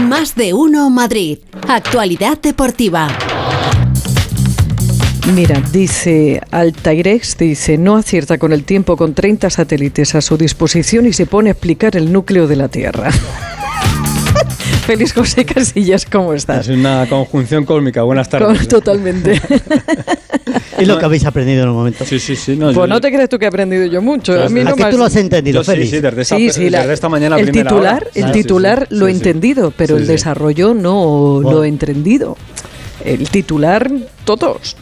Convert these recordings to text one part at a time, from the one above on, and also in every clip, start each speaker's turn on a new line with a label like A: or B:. A: Más de uno Madrid. Actualidad deportiva.
B: Mira, dice Altairex, dice, no acierta con el tiempo con 30 satélites a su disposición y se pone a explicar el núcleo de la Tierra. Feliz José Casillas, ¿cómo
C: Es
B: estás?
C: una conjunción cósmica. Buenas
B: Con-
C: tardes.
B: Totalmente.
D: Es lo que habéis aprendido en el momento.
C: Sí, sí, sí. No, yo-
B: pues no te crees tú que he aprendido yo mucho. A mí
D: ¿A
B: no
D: que
B: me
D: tú lo has entendido,
C: yo sí,
D: Félix?
C: sí, desde, esa-
B: Sí, sí, la-
C: desde esta mañana a
B: el
C: primera
B: titular,
C: hora.
B: el
C: Sí, sí,
B: titular
C: sí,
B: lo he
C: sí.
B: entendido, pero
C: Sí,
B: el
C: sí.
B: desarrollo no lo
D: Bueno.
B: he entendido. El titular, todos.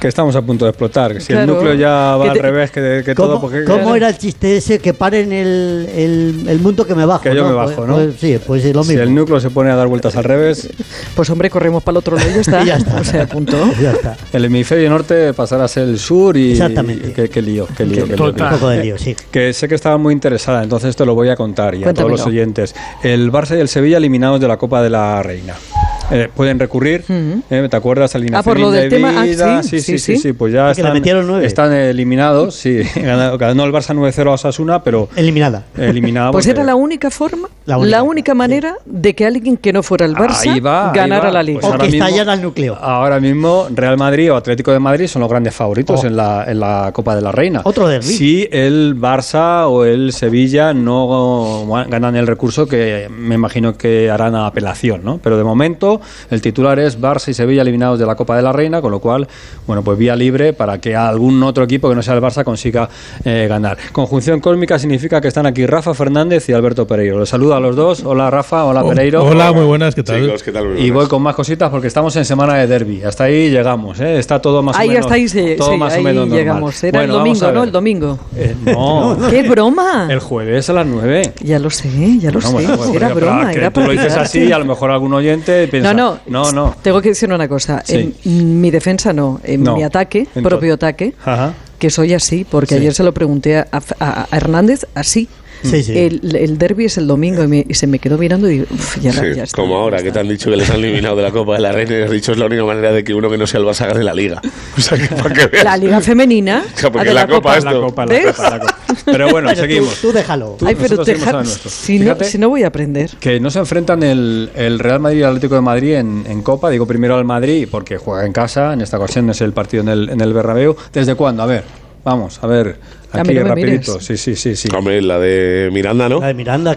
C: Que estamos a punto de explotar. Si el
B: Claro.
C: núcleo ya va
B: Que
C: al
B: te-
C: revés que, que todo,
D: ¿Cómo,
C: porque...
D: cómo era el chiste ese que paren el, el, el mundo que me bajo?
C: Que yo
D: ¿no?
C: me bajo,
D: Pues-
C: ¿no?
D: pues sí, pues es lo
C: Si
D: mismo.
C: el núcleo se pone a dar vueltas al revés,
B: Pues hombre, corremos para el otro lado y ya está.
D: Y ya está.
B: O sea, punto.
D: Ya está.
C: el hemisferio norte pasará a ser el sur y...
D: Exactamente.
C: Qué, qué lío, qué lío, qué lío.
D: Un poco de lío, sí.
C: Que sé que estaba muy interesada, entonces te lo voy a contar y a todos
B: Cuéntamelo.
C: los oyentes. El Barça y el Sevilla eliminados de la Copa de la Reina. Eh, pueden recurrir,
B: Ujú.
C: eh, ¿te acuerdas? Al
B: Ah, por lo del tema, ah,
C: indebida.
B: sí,
C: sí, sí, sí,
B: sí, sí.
C: sí, pues ya
D: Es que le
C: están,
D: metieron nueve.
C: están eliminados. Sí, ganó, ganó el Barça 9-0 a Osasuna, pero
D: Eliminada.
C: eliminada.
B: Pues
C: porque-
B: era la única forma, la
D: La
B: única,
D: única,
B: manera de que alguien que no fuera el Barça
C: Ahí va, ahí
B: ganara
C: va.
B: la liga.
C: Pues
D: o
C: ahora
D: que
C: mismo- Ah,
D: estallan al núcleo.
C: Ahora mismo Real Madrid o Atlético de Madrid son los grandes favoritos
D: Oh.
C: en, la, en la Copa de la Reina.
D: Otro derbi.
C: Si el Barça o el Sevilla no ganan el recurso que me imagino que harán a apelación, ¿no? Pero de momento el titular es Barça y Sevilla eliminados de la Copa de la Reina, con lo cual, bueno, pues vía libre para que algún otro equipo que no sea el Barça consiga eh, ganar. Conjunción cósmica significa que están aquí Rafa Fernández y Alberto Pereiro. Los saludo a los dos. Hola Rafa, hola Pereiro.
E: Oh, Hola, muy buenas, ¿qué tal?
F: Chicos, ¿qué tal? Muy
C: Y voy
F: buenas.
C: con más cositas porque estamos en semana de derby. Hasta ahí llegamos, ¿eh? Está todo más
B: Ahí
C: o menos.
B: hasta ahí, se-
C: todo
B: sí,
C: más o
B: ahí
C: menos normal.
B: llegamos. Era
C: Bueno,
B: el
C: vamos
B: domingo,
C: a
B: ¿no?
C: ver.
B: El domingo.
C: Eh, no,
B: ¡Qué broma!
C: el jueves a las 9.
B: Ya lo sé, ya lo sé. Sí, era broma, era
C: tú
B: para
C: lo dices
B: tirarte.
C: así y a lo mejor algún oyente piensa.
B: No, no,
C: no. no.
B: Tengo que decir una cosa.
C: Sí.
B: En mi defensa no, en
C: No.
B: mi ataque,
C: Entonces-
B: propio ataque,
C: Ajá.
B: que soy así, porque
C: Sí.
B: ayer se lo pregunté a, a- a Hernández así.
D: Sí, sí.
B: El, el derby es el domingo y, me- y se me quedó mirando y digo, "Uf, ya,
F: Sí,
B: ya está,
F: como
B: ya
F: ahora,
B: está".
F: que te han dicho que les han eliminado de la Copa de la Reina y has dicho es la única manera de que uno que no sea el Barça gane la Liga. O sea, que para que veas.
B: La Liga Femenina.
F: Ja, porque
B: de
F: la Copa es-
C: La copa, la
B: ¿Ves?
C: copa, la copa. Pero bueno,
D: Pero tú-
C: seguimos.
D: Tú, déjalo.
C: Tú-
B: Ay, pero
C: nosotros
B: te
C: seguimos a
B: ja-
C: lo nuestro.
B: si, no,
C: Fíjate.
B: si no voy a aprender.
C: Que no se enfrentan el, el Real Madrid y el Atlético de Madrid en, en Copa. Digo primero al Madrid porque juega en casa. En esta ocasión es el partido en el, en el Bernabéu. ¿Desde cuándo? A ver, vamos, a ver.
B: A
C: Aquí
B: mí no me
C: rapidito.
B: mires.
C: Sí, sí, sí, sí.
F: Hombre, la de Miranda, ¿no?
D: La de Miranda,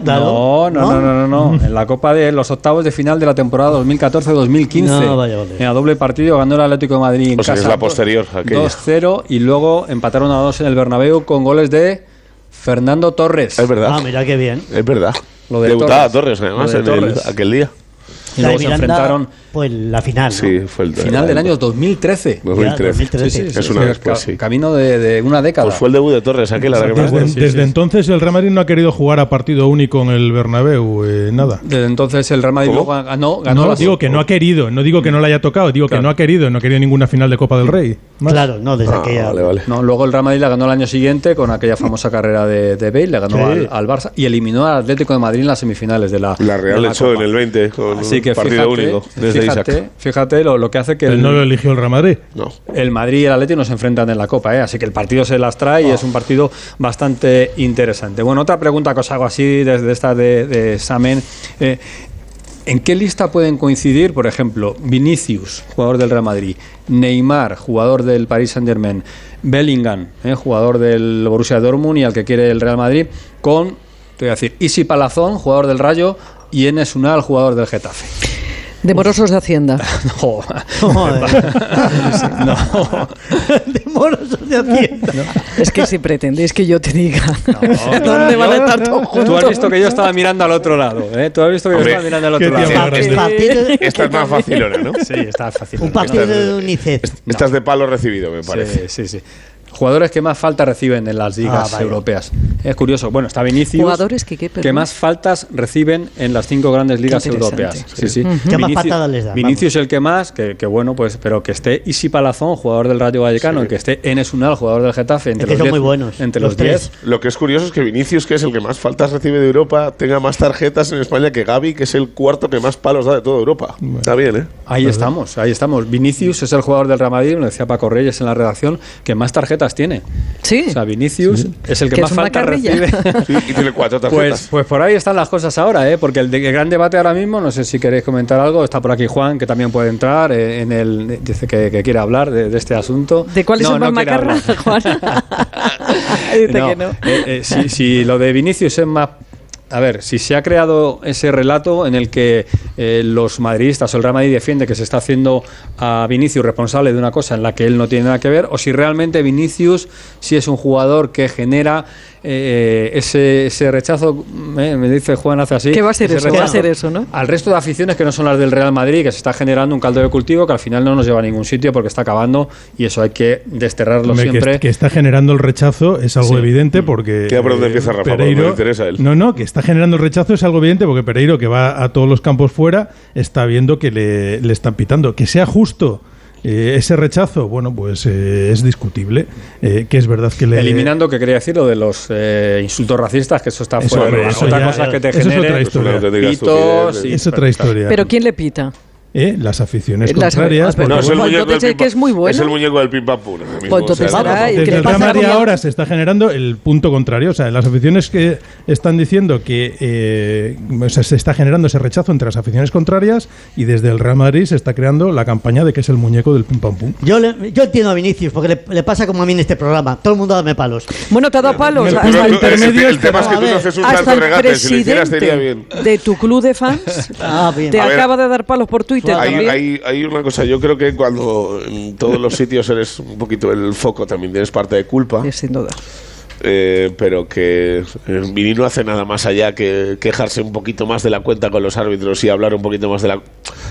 C: No,
D: claro.
C: no, no, no, no, no. En la Copa de los octavos de final de la temporada 2014-2015.
D: No, vaya, vale.
C: En a doble partido ganó el Atlético de Madrid en
F: O sea,
C: casa.
F: es la posterior, aquella.
C: 2-0 y luego empataron a 2 en el Bernabéu con goles de Fernando Torres.
F: Es verdad.
D: Ah, mira qué bien.
F: Es verdad.
C: Lo de
F: Debutaba
C: Torres.
F: Torres,
C: Lo
F: además,
C: de
F: en el-
C: Torres.
F: aquel día.
C: Y
D: La de
C: luego se
D: Miranda,
C: enfrentaron
D: Pues la final. ¿no?
F: Sí, fue el
C: final del año 2013.
F: 2013.
C: Sí,
D: 2013.
C: sí, sí,
F: Es
C: sí,
F: una
C: sí,
F: vez, pues,
C: ca-
F: sí.
C: Camino de, de una década.
F: Pues fue el debut de Torres, aquel, ahora que me
E: Desde,
F: acuerdo.
C: pues,
E: desde entonces el Real Madrid no ha querido jugar a partido único en el Bernabéu, eh, nada.
C: Desde entonces el Real Madrid
F: ¿Cómo?
C: luego ganó, ganó
E: No,
C: las-
E: digo que no ha querido, no digo que no le haya tocado, digo
C: Claro.
E: que no ha querido, no ha querido ninguna final de Copa del Rey. Más.
D: Claro, no, desde
F: Ah,
D: aquella.
F: vale, vale.
C: No, luego el Real Madrid la ganó el año siguiente con
F: Mm.
C: aquella famosa carrera de, de Bale, le ganó
D: Sí.
C: al, al Barça y eliminó al Atlético de Madrid en las semifinales de la,
F: La
C: de
F: Real echó en
C: Copa.
F: el 20 con
C: Así que
F: un partido
C: fíjate,
F: único desde
C: fíjate,
F: Isaac.
C: fíjate lo, lo que hace que
E: Él
C: el,
E: no lo eligió el Real Madrid.
F: No.
C: el Madrid y el Atlético nos enfrentan en la Copa, ¿eh? así que el partido se las trae y es un partido bastante interesante. Bueno, otra pregunta que os hago así desde esta de, de examen. eh, ¿En qué lista pueden coincidir, por ejemplo, Vinicius, jugador del Real Madrid, Neymar, jugador del Paris Saint-Germain, Bellingham, eh, jugador del Borussia Dortmund y al que quiere el Real Madrid, con, te voy a decir, Isi Palazón, jugador del Rayo, y Enes Unal, jugador del Getafe?
B: De morosos de Hacienda.
C: No,
D: Joder.
C: no.
D: de moros de Hacienda.
B: Es que si pretendéis que yo te diga
C: No.
B: dónde van a
C: Yo-
B: estar todos
C: Tú has
B: juntos.
C: visto que yo estaba mirando al otro lado, ¿eh? Tú has visto que
F: Hombre,
C: yo estaba mirando al
E: qué
C: otro lado.
E: tiempo
C: Sí,
E: grande.
C: está-
D: Papel-
C: Este
F: Esta es más fácil ahora, ¿no?
C: Sí, está fácil.
D: un
C: Está-
D: papel de UNICEF.
C: este
F: Esta es de palo recibido, me parece.
C: Sí, sí, sí. Jugadores que más faltas reciben en las
D: Ah,
C: ligas
D: vaya.
C: europeas. Es curioso. Bueno, está Vinicius.
B: Jugadores que qué, perdón.
C: más faltas reciben en las cinco grandes ligas
B: interesante.
C: europeas. Sí, sí.
D: Que más patadas les dan,
C: Vinicius el que más, que, que bueno, pues, pero que esté Isi Palazón, jugador del Rayo Vallecano, y que esté Enes Unal, jugador del Getafe, entre
D: que
C: los
D: son
C: 10.
D: muy buenos,
C: Entre
D: los
C: los 10.
F: Lo que es curioso es que Vinicius, que es el que más faltas recibe de Europa, tenga más tarjetas en España que Gaby, que es el cuarto que más palos da de toda Europa. Está bien, ¿eh?
C: Ahí estamos, ahí estamos. Vinicius es el jugador del Real Madrid, lo decía Paco Reyes en la redacción, que más tarjetas tarjetas tiene.
B: Sí.
C: O sea, Vinicius es el que
B: Que
C: más
B: es una
C: falta
B: carrilla.
C: recibe.
F: Sí, y tiene cuatro tarjetas.
C: Pues, pues por ahí están las cosas ahora, ¿eh? porque el, de- el gran debate ahora mismo, no sé si queréis comentar algo, está por aquí Juan, que también puede entrar, eh, en el, dice que, que quiere hablar de, de este asunto.
B: ¿De cuál es
C: No,
B: el
C: no
B: más
C: quiere
B: macarra,
C: hablar.
B: Juan? Dice
C: No,
B: que no.
C: eh, eh, si, si lo de Vinicius es más... A ver, si se ha creado ese relato en el que eh, los madridistas o el Real Madrid defiende que se está haciendo a Vinicius responsable de una cosa en la que él no tiene nada que ver, o si realmente Vinicius sí es un jugador que genera eh, ese, ese rechazo, eh, me dice Juan hace así.
B: ¿Qué va a ser
C: ese
B: eso? Va a ser eso, ¿no?
C: al resto de aficiones que no son las del Real Madrid, que se está generando un caldo de cultivo que al final no nos lleva a ningún sitio porque está acabando y eso hay que desterrarlo
E: Hombre, que
C: siempre.
E: est- que, está generando el rechazo es algo
C: Sí.
E: evidente porque. eh,
F: Que a ver dónde empieza Rafa, porque me interesa él.
E: No, no, que está generando el rechazo es algo evidente porque Pereiro, que va a todos los campos fuera, está viendo que le, le están pitando. Que sea justo. eh, ese rechazo, bueno, pues eh, es discutible. eh, que es verdad que le.
C: Eliminando, que quería decir, lo de los eh, insultos racistas, que eso está
E: Eso,
C: fuera. de
E: hombre,
C: lugar.
E: eso
C: otra
E: ya-
C: cosa es que te
E: eso es
C: genere
E: otra historia.
F: Pues una auténtica
C: pitos
F: estupidez.
C: y-
E: Es otra historia.
B: ¿Pero quién le pita?
E: Eh, Las aficiones
B: Eh, las-
E: contrarias.
B: ah, pero
E: porque,
F: No, es el
B: Juan
F: muñeco
B: Tote
F: del
B: dice
F: Pim
B: que es
F: Pam-
B: muy bueno.
F: Es el muñeco del Pim Pam Pum. ahora mismo,
B: Pues
F: o sea,
B: entonces
F: no,
B: será
F: no,
B: el
E: Ah, Desde
B: que le
E: el
B: pasa
E: Real
B: a
E: Madrid
B: Rubiales.
E: ahora se está generando el punto contrario. O sea, las aficiones que están diciendo que eh, o sea, se está generando ese rechazo entre las aficiones contrarias y desde el Real Madrid se está creando la campaña de que es el muñeco del pim pam pum.
D: Yo, le- yo entiendo a Vinicius, porque le, le pasa como a mí en este programa. Todo el mundo dame palos.
B: Bueno, te ha dado palos.
E: Pero
B: Hasta
E: tú-
B: el,
E: el intermedio
F: el tema es que tú
D: A
F: no
D: ver,
F: haces un
B: hasta
F: salto
B: el
F: regate. Si lo hicieras, te iría
B: presidente
F: bien.
B: de tu club de fans
D: Ah, bien.
B: te
F: A ver.
B: acaba de dar palos por Twitter
F: Hay,
B: también.
F: hay- hay una cosa, yo creo que cuando en todos los sitios eres un poquito el foco, también tienes parte de culpa,
B: Eh, Sin duda.
F: eh, pero que eh, Vini no hace nada más allá que quejarse un poquito más de la cuenta con los árbitros y hablar un poquito más de la...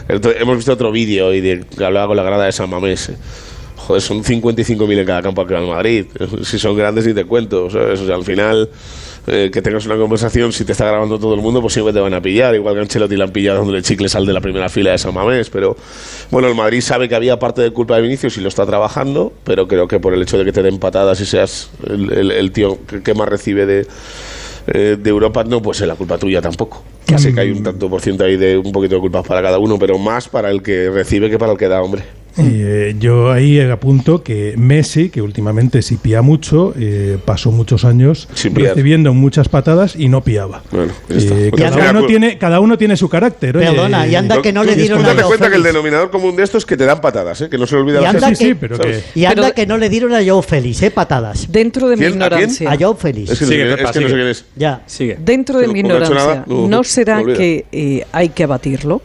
F: Entonces, hemos visto otro vídeo hoy de, que hablaba con la grada de San Mamés. eh. Joder, son 55.000 en cada campo que va al Madrid. Si son grandes ni te cuento. ¿sabes? O sea, al final, eh, que tengas una conversación, si te está grabando todo el mundo, pues siempre te van a pillar. Igual que a Ancelotti le han pillado dándole chicles al de la primera fila de San Mamés. Pero bueno, el Madrid sabe que había parte de culpa de Vinicius y lo está trabajando. Pero creo que por el hecho de que te den patadas y seas el, el- el tío que- que más recibe de, eh, de Europa no puede ser la culpa tuya tampoco. Ya sé que hay un tanto por ciento ahí de un poquito de culpas para cada uno, pero más para el que recibe que para el que da, hombre.
D: Mm.
E: Y eh, yo ahí apunto que Messi, que últimamente sí pía mucho, eh, pasó muchos años
F: Sin piar.
E: recibiendo muchas patadas y no piaba.
F: Bueno, ya está.
E: Eh,
F: Pues
E: cada,
D: ya está.
E: uno tiene, cada uno tiene su carácter. oye.
D: Perdona, y anda que no le
E: tú
D: dieron
F: Tú date
D: a Joao
F: cuenta que el
D: Félix.
F: denominador común de esto es que te dan patadas, ¿eh? que no se le olvida
D: Y
F: la
D: anda
E: Sí,
F: gente.
E: sí,
D: que-
E: pero
F: ¿Sabes?
E: que...
D: Y anda
B: Pero-
D: que no le dieron a Joe Félix, ¿eh? Patadas.
B: Dentro de mi
F: ¿Quién? ¿A quién?
B: ignorancia.
D: A Joe
F: Es
D: Félix.
F: que, no,
C: Sigue, Pepa,
F: sé- es que no sé
C: sigue.
F: quién es.
D: Ya.
C: Sigue.
B: Dentro de
F: Pero
B: mi
F: como no ha hecho
B: ignorancia,
F: nada, no-
B: ¿no
F: no
B: será
F: olvida.
B: que eh, hay que abatirlo?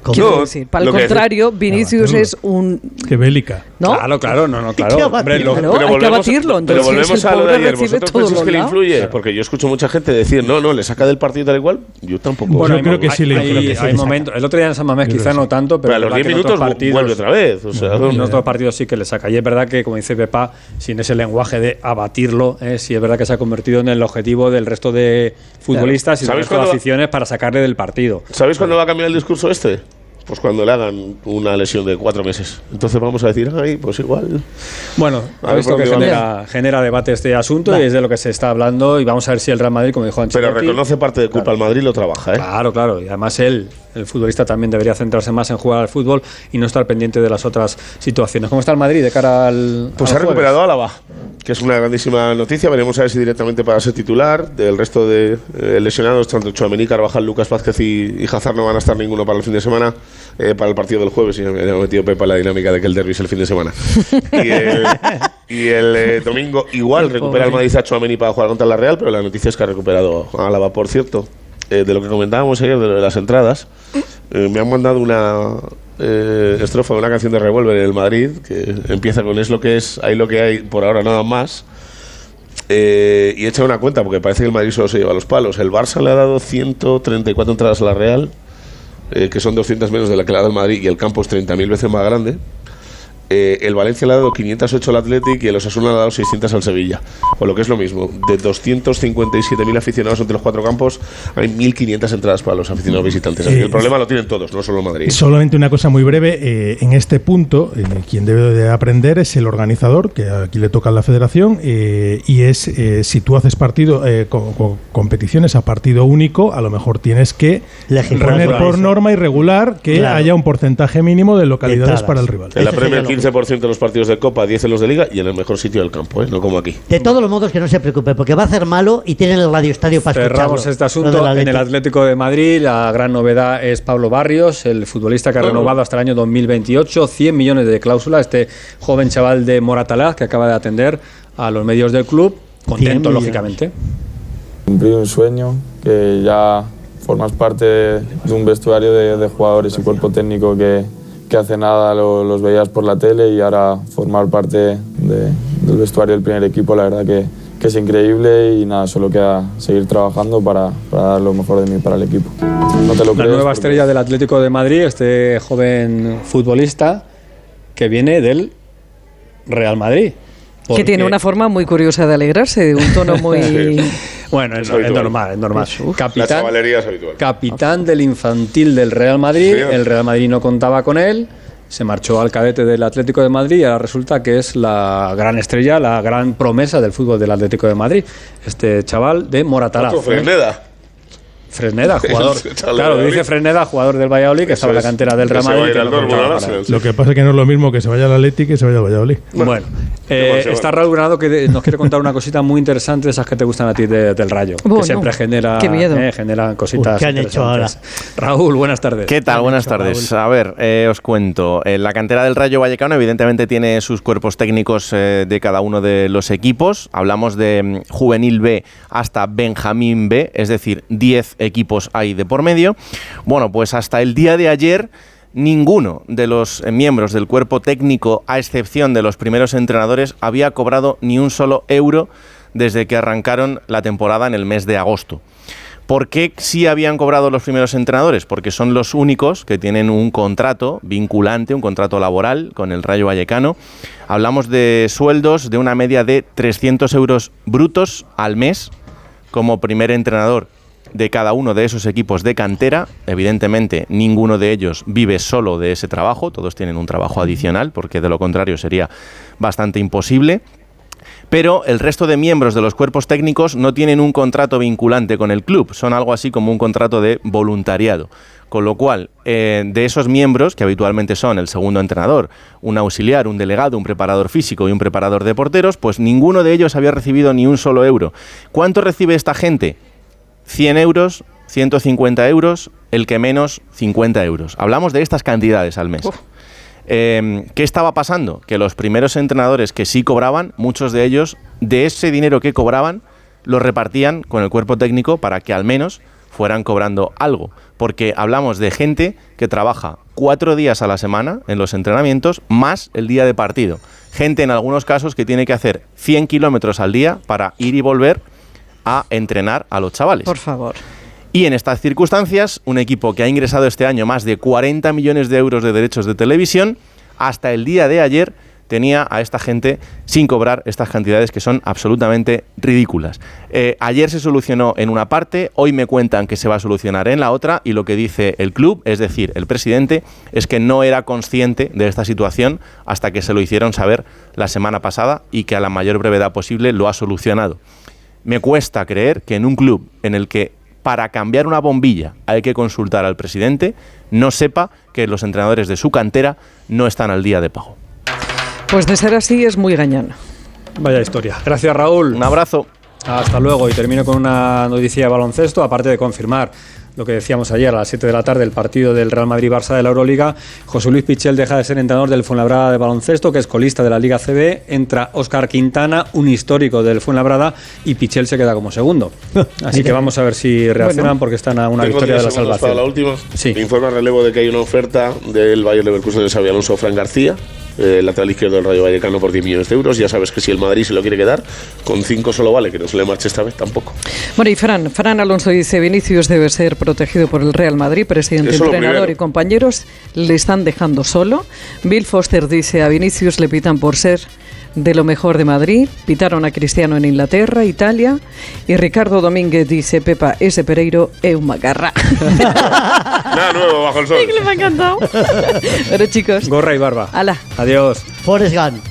D: ¿Cómo?
B: Quiero
F: No,
B: decir, para el
F: lo que-
B: contrario, Vinicius
E: Abatirlo.
B: es un...
E: que bélica.
B: ¿No?
C: Claro, claro, no, no, claro.
D: Qué
C: Hombre, lo-
B: Claro. hay que abatirlo,
F: pero
B: entonces,
F: volvemos
B: el
F: a lo de
B: pobre
F: ayer.
B: recibe
F: ¿Vosotros
B: todo
F: pensáis que le
B: doblado.
F: influye? ¿eh? Porque yo escucho mucha gente decir, no, no, le saca del partido tal y cual. Yo tampoco.
E: Bueno,
F: O sea,
E: yo creo que sí le
C: hay,
E: influye.
C: hay momentos. El otro día en San Mamés
E: Yo creo
C: quizá
E: que
C: no
E: sí.
C: tanto,
F: Pero
C: pero,
F: a los
C: es verdad
F: 10
C: que en
F: minutos
C: otros
F: vu- vuelve otra vez. O sea,
C: En
F: no-
C: otros partidos sí que le saca. Y es verdad que, como dice Pepa, sin ese lenguaje de abatirlo, eh, sí es verdad que se ha convertido en el objetivo del resto de futbolistas y del
F: ¿Sabéis
C: resto de
F: cuándo va-
C: aficiones para sacarle del partido.
F: ¿Sabéis cuándo va a cambiar el discurso este? Pues cuando le hagan una lesión de cuatro meses. Entonces vamos a decir, ay, pues igual.
C: Bueno, ha
F: A ver
C: visto
F: por
C: que
F: dónde vamos.
C: genera, genera debate este asunto y es de lo que se está hablando y vamos a ver si el Real Madrid, como dijo Ancelotti...
F: Pero reconoce parte de culpa al Madrid, lo trabaja, ¿eh?
C: Claro, claro. Y además él, el futbolista, también debería centrarse más en jugar al fútbol y no estar pendiente de las otras situaciones. ¿Cómo está el Madrid de cara al
F: Pues
C: al jueves?
F: ha recuperado Álava, que es una grandísima noticia. Veremos a ver si directamente para ser titular. Del resto de eh, lesionados, tanto Chuamení, Carvajal, Lucas Vázquez y, y Hazard no van a estar ninguno para el fin de semana, eh, para el partido del jueves. Y me ha metido Pepa la dinámica de que el derbi es el fin de semana. Y el, y el, eh, domingo igual recupera el Madrid a Chuamení para jugar contra la Real, pero la noticia es que ha recuperado a Álava, por cierto. eh, de lo que comentábamos ayer, de, lo de las entradas, eh, me han mandado una eh, estrofa de una canción de Revolver en el Madrid, que empieza con es lo que es, hay lo que hay, por ahora nada más. Eh, y he echado una cuenta, porque parece que el Madrid solo se lleva los palos. El Barça le ha dado 134 entradas a la Real, eh, que son 200 menos de la que le ha dado el Madrid, y el campo es 30.000 veces más grande. Eh, el Valencia le ha dado 508 al Athletic y el Osasuna le ha dado 600 al Sevilla. O lo que es lo mismo, de 257.000 aficionados entre los cuatro campos, hay 1.500 entradas para los aficionados visitantes. Así que el
E: Eh,
F: problema lo tienen todos, no solo el Madrid.
E: Solamente una cosa muy breve. eh, en este punto, eh, quien debe de aprender es el organizador, que aquí le toca a la federación, eh, y es eh, si tú haces partido eh, co- co- competiciones a partido único, a lo mejor tienes que
D: Legislar
E: poner
D: sobre
E: por
D: eso.
E: norma irregular que
D: Claro.
E: haya un porcentaje mínimo de localidades
D: Entradas.
E: para el rival.
F: En
D: Ese
F: la Premier
D: sería lo
F: League 15% de los partidos de Copa, 10 en los de Liga y en el mejor sitio del campo, ¿eh? no como aquí.
D: De todos los modos, que no se preocupe, porque va a hacer malo y tienen el radio estadio para
C: Cerramos
D: escucharlo,
C: este
D: lo del
C: asunto en
D: Atleti.
C: el Atlético de Madrid. La gran novedad es Pablo Barrios, el futbolista que ha renovado hasta el año 2028, 100 millones de cláusula. Este joven chaval de Moratalá que acaba de atender a los medios del club,
D: 100
C: contento
D: millones.
C: lógicamente.
G: cumplir un sueño, que ya formas parte de, de un vestuario de, de jugadores y cuerpo técnico que, que hace nada lo- los veías por la tele y ahora formar parte de- del vestuario del primer equipo, la verdad que, que es increíble y nada, solo queda seguir trabajando para, para dar lo mejor de mí para el equipo. No te lo
C: La
G: crees
C: nueva
G: porque-
C: estrella del Atlético de Madrid, este joven futbolista que viene del Real Madrid.
B: Que tiene
C: Porque-
B: una forma muy curiosa de alegrarse, de un tono muy...
C: Bueno, es,
F: Es
C: es
F: habitual.
C: normal, es normal.
F: La
C: Capitán,
F: chavalería es habitual.
C: capitán del infantil del Real Madrid.
F: Señor.
C: El Real Madrid no contaba con él. Se marchó al cadete del Atlético de Madrid y ahora resulta que es la gran estrella, la gran promesa del fútbol del Atlético de Madrid. Este chaval de Moratalá.
F: Otro Fresneda.
C: Fresneda, jugador.
F: El chaval
C: claro,
F: de
C: dice
F: Madrid.
C: Fresneda, jugador del Valladolid, que
F: Eso
C: estaba en la
F: es.
C: cantera del
F: Que
C: Real
F: se va
C: Madrid.
F: a ir
C: que
F: al
C: no
F: Dortmund
C: contaba
F: ahora,
C: para
F: se
C: él.
F: le-
E: Lo que pasa es que no es lo mismo que se vaya al Atleti que se vaya al Valladolid.
C: Bueno, eh,
F: Igual se va.
C: está Raúl Granado que de- nos quiere contar una cosita muy interesante, de esas que te gustan a ti de- del Rayo,
B: Bueno,
C: que siempre genera,
B: qué miedo.
C: eh, generan cositas.
D: Uy, ¿qué han hecho
C: interesantes. Raúl, buenas tardes.
H: ¿Qué tal? Buenas tardes. A ver, eh, os cuento. Eh, la cantera del Rayo Vallecano evidentemente tiene sus cuerpos técnicos eh, de cada uno de los equipos. Hablamos de mm, Juvenil B hasta Benjamín B, es decir, 10 equipos hay de por medio. Bueno, pues hasta el día de ayer... Ninguno de los eh, miembros del cuerpo técnico, a excepción de los primeros entrenadores, había cobrado ni un solo euro desde que arrancaron la temporada en el mes de agosto. ¿Por qué sí habían cobrado los primeros entrenadores? Porque son los únicos que tienen un contrato vinculante, un contrato laboral con el Rayo Vallecano. Hablamos de sueldos de una media de 300 euros brutos al mes como primer entrenador de cada uno de esos equipos de cantera. Evidentemente, ninguno de ellos vive solo de ese trabajo, todos tienen un trabajo adicional, porque de lo contrario sería bastante imposible pero el resto de miembros de los cuerpos técnicos no tienen un contrato vinculante con el club, son algo así como un contrato de voluntariado. Con lo cual, eh, de esos miembros, que habitualmente son el segundo entrenador, un auxiliar, un delegado, un preparador físico y un preparador de porteros, pues ninguno de ellos había recibido ni un solo euro. ¿Cuánto recibe esta gente? 100 euros, 150 euros, el que menos 50 euros. Hablamos de estas cantidades al mes. Eh, ¿Qué estaba pasando? Que los primeros entrenadores que sí cobraban, muchos de ellos, de ese dinero que cobraban, lo repartían con el cuerpo técnico para que al menos fueran cobrando algo. Porque hablamos de gente que trabaja cuatro días a la semana en los entrenamientos, más el día de partido. Gente en algunos casos que tiene que hacer 100 kilómetros al día para ir y volver a entrenar a los chavales.
B: Por favor.
H: Y en estas circunstancias, un equipo que ha ingresado este año más de 40 millones de euros de derechos de televisión, hasta el día de ayer tenía a esta gente sin cobrar estas cantidades que son absolutamente ridículas. Eh, ayer se solucionó en una parte, hoy me cuentan que se va a solucionar en la otra y lo que dice el club, es decir, el presidente, es que no era consciente de esta situación hasta que se lo hicieron saber la semana pasada y que a la mayor brevedad posible lo ha solucionado. Me cuesta creer que en un club en el que para cambiar una bombilla hay que consultar al presidente, no sepa que los entrenadores de su cantera no están al día de pago.
B: Pues de ser así es muy gañán.
C: Vaya historia. Gracias, Raúl.
H: Un abrazo.
C: Hasta luego y termino con una noticia de baloncesto, aparte de confirmar lo que decíamos ayer a las 7 de la tarde, el partido del Real Madrid-Barça de la Euroliga, José Luis Pichel deja de ser entrenador del Fuenlabrada de baloncesto, que es colista de la Liga CB, entra Óscar Quintana, un histórico del Fuenlabrada, y Pichel se queda como segundo. Así que vamos a ver si reaccionan porque están a una
F: Tengo
C: victoria de
F: 10
C: la
F: segundos para la
C: salvación.
F: última.
C: Sí.
F: Me Informa relevo de que hay una oferta del Bayern Leverkusen de Xabi Alonso Fran García, eh, lateral izquierdo del Rayo Vallecano por 10 millones de euros. Ya sabes que si el Madrid se lo quiere quedar, con 5 solo vale, que no se le marche esta vez tampoco.
B: Bueno, y Fran, Fran Alonso dice, Vinicius debe ser protegido por el Real Madrid, presidente,
F: Eso lo
B: entrenador
F: primero.
B: y compañeros, le están dejando solo. Bill Foster dice, a Vinicius le pitan por ser de lo mejor de Madrid, pitaron a Cristiano en Inglaterra, Italia, y Ricardo Domínguez dice, Pepa, ese Pereiro es un macarra.
F: Nada nuevo bajo el sol.
B: Me ha encantado. Pero chicos,
C: Gorra y barba.
B: Ala.
C: Adiós.
D: Forrest Gump.